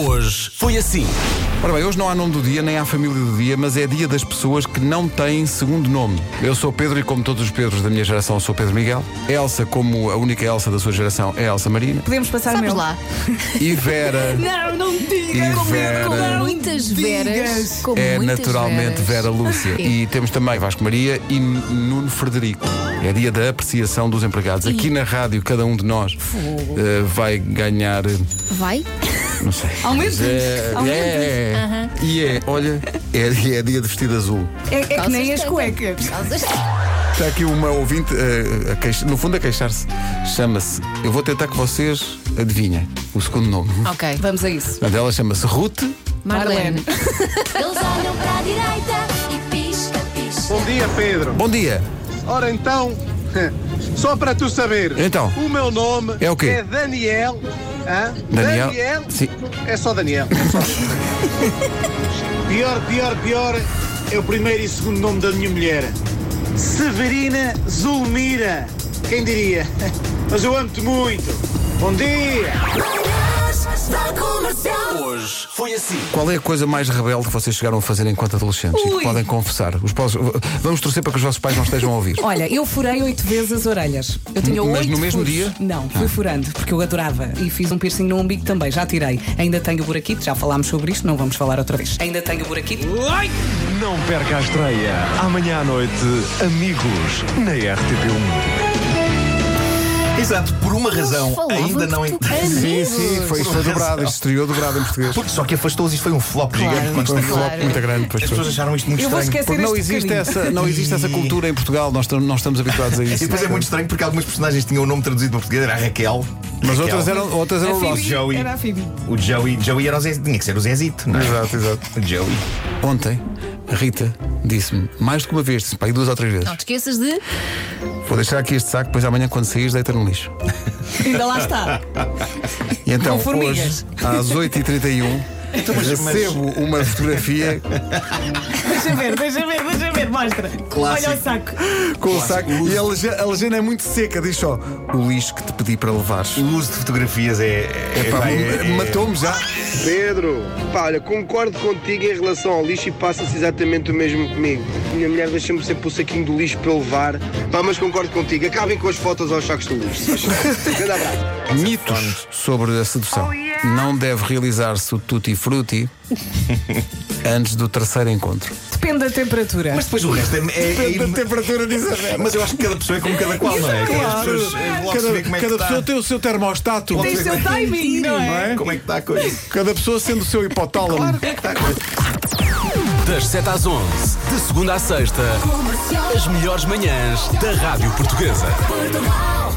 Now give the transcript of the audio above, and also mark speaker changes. Speaker 1: Hoje foi assim.
Speaker 2: Ora bem, hoje não há nome do dia, nem há família do dia, mas é dia das pessoas que não têm segundo nome. Eu sou Pedro e, como todos os Pedros da minha geração, sou Pedro Miguel. Elsa, como a única Elsa da sua geração, é Elsa Marina.
Speaker 3: Podemos passar
Speaker 4: Sabes
Speaker 3: meu.
Speaker 4: lá,
Speaker 2: E Vera
Speaker 3: Não, não
Speaker 2: E
Speaker 3: diga, não
Speaker 2: Vera.
Speaker 3: diga, não
Speaker 4: muitas
Speaker 3: digas.
Speaker 4: veras. Como
Speaker 2: é
Speaker 4: muitas
Speaker 2: naturalmente
Speaker 4: veras.
Speaker 2: Vera Lúcia. E temos também Vasco Maria e N- Nuno Frederico. É dia da apreciação dos empregados. Aqui na rádio, cada um de nós eh, vai ganhar. eh,
Speaker 4: Vai?
Speaker 2: Não sei.
Speaker 3: Aumentos.
Speaker 2: É, é, é. E é, olha, é, é dia de vestido azul.
Speaker 3: É, é que nem
Speaker 4: Calças
Speaker 3: as
Speaker 4: tanga.
Speaker 3: cuecas.
Speaker 4: Calças-
Speaker 2: Está aqui uma ouvinte, eh, a queixa- no fundo, a queixar-se. Chama-se. Eu vou tentar que vocês adivinhem o segundo nome.
Speaker 4: Ok.
Speaker 3: Vamos a isso.
Speaker 2: A dela chama-se Ruth.
Speaker 4: Marlene.
Speaker 5: Eles olham para a direita e pisca, pisca.
Speaker 6: Bom dia, Pedro.
Speaker 2: Bom dia.
Speaker 6: Ora então, só para tu saber,
Speaker 2: Então.
Speaker 6: o meu nome
Speaker 2: É o quê?
Speaker 6: Daniel. hã?
Speaker 2: Daniel? Sim.
Speaker 6: É só Daniel. é só Daniel. pior, pior, pior é o primeiro e segundo nome da minha mulher. Severina Zulmira. Quem diria? Mas eu amo-te muito. Bom dia.
Speaker 5: Manhãs da comercial.
Speaker 1: Hoje foi assim.
Speaker 2: Qual é a coisa mais rebelde que vocês chegaram a fazer enquanto adolescentes e que
Speaker 3: Ui.
Speaker 2: podem confessar? Os pais- vamos torcer para que os vossos pais não estejam a ouvir.
Speaker 3: Olha, eu furei oito vezes as orelhas. Eu tinha
Speaker 2: Mas
Speaker 3: oito
Speaker 2: no mesmo
Speaker 3: furos.
Speaker 2: dia? Ah.
Speaker 3: Não, fui furando, porque eu adorava. E fiz um piercing no umbigo também, já tirei. Ainda tenho o buraquito, já falámos sobre isto, não vamos falar outra vez. Ainda tenho o buraquito.
Speaker 7: Não perca a estreia. Amanhã à noite, amigos, na RTP1.
Speaker 1: Exato, por uma razão
Speaker 4: falavam
Speaker 1: ainda não
Speaker 4: de
Speaker 3: É
Speaker 1: entrei.
Speaker 4: tucanos.
Speaker 2: Sim, sim, foi, foi dobrado, isto estreou dobrado em português.
Speaker 1: Porque só que afastou-os, isto foi um flop gigante. quando
Speaker 2: Foi um
Speaker 1: isto acabou.
Speaker 2: flop
Speaker 4: Claro.
Speaker 2: muito grande.
Speaker 1: As
Speaker 2: Depois
Speaker 1: pessoas acharam isto muito
Speaker 3: Eu vou
Speaker 1: estranho.
Speaker 3: esquecer
Speaker 2: Porque não
Speaker 3: este
Speaker 2: existe,
Speaker 3: bocadinho.
Speaker 2: essa, não existe essa cultura em Portugal, nós tam- não estamos habituados a
Speaker 1: E
Speaker 2: isso.
Speaker 1: depois é muito estranho porque algumas personagens tinham o nome traduzido para português, era a Raquel.
Speaker 2: Mas
Speaker 1: Raquel.
Speaker 2: outras eram, outras eram
Speaker 3: A
Speaker 2: nós.
Speaker 3: Phoebe
Speaker 1: Joey.
Speaker 3: Era a Phoebe.
Speaker 1: O Joey, Joey era o Zezito, tinha que ser o Zezito, não é?
Speaker 2: Exato,
Speaker 7: um.
Speaker 2: exato.
Speaker 1: O Joey.
Speaker 2: Ontem, a Rita disse-me, mais do que uma vez, disse pai, duas ou três vezes:
Speaker 4: Não te esqueças de.
Speaker 2: Vou deixar aqui este saco, depois amanhã, quando saís, deita no lixo.
Speaker 3: Ainda lá está.
Speaker 2: E então,
Speaker 3: Com formigas.
Speaker 2: hoje, às 8h31,
Speaker 3: Então,
Speaker 1: mas- mas-
Speaker 2: recebo uma fotografia
Speaker 3: Deixa ver, deixa ver, deixa ver, mostra.
Speaker 1: Clássico.
Speaker 3: Olha o saco.
Speaker 2: com o saco. E a lege- a legenda é muito seca, diz só: o lixo que te pedi para levares.
Speaker 1: O uso de fotografias é. é-
Speaker 2: Epá,
Speaker 1: é- é- é-
Speaker 2: Matou-me já.
Speaker 8: Pedro, pá, olha, concordo contigo em relação ao lixo e passa-se exatamente o mesmo comigo. Minha mulher deixa-me sempre o saquinho do lixo para eu levar. Pá, mas concordo contigo. Acabem com as fotos aos sacos do lixo. se faz favor. Grande abraço.
Speaker 2: Mitos sobre a
Speaker 3: Oh,
Speaker 2: sedução. Não deve realizar-se o tutti frutti antes do terceiro encontro.
Speaker 3: Depende da temperatura.
Speaker 1: Mas depois o resto é. é- é-
Speaker 2: temperatura diz a ver.
Speaker 1: Mas eu acho que cada pessoa é como cada qual, não é? As pessoas, é, logo se vê como é que está.
Speaker 2: tem o seu termostato.
Speaker 1: Logo
Speaker 3: Tem
Speaker 1: se vê
Speaker 3: seu
Speaker 1: como é-
Speaker 3: timing, não é?
Speaker 1: Como é que está a coisa?
Speaker 2: Cada pessoa sendo o seu hipotálamo.
Speaker 9: Das 7 às 11, de segunda à sexta, as melhores manhãs da Rádio Portuguesa.
Speaker 5: Portugal.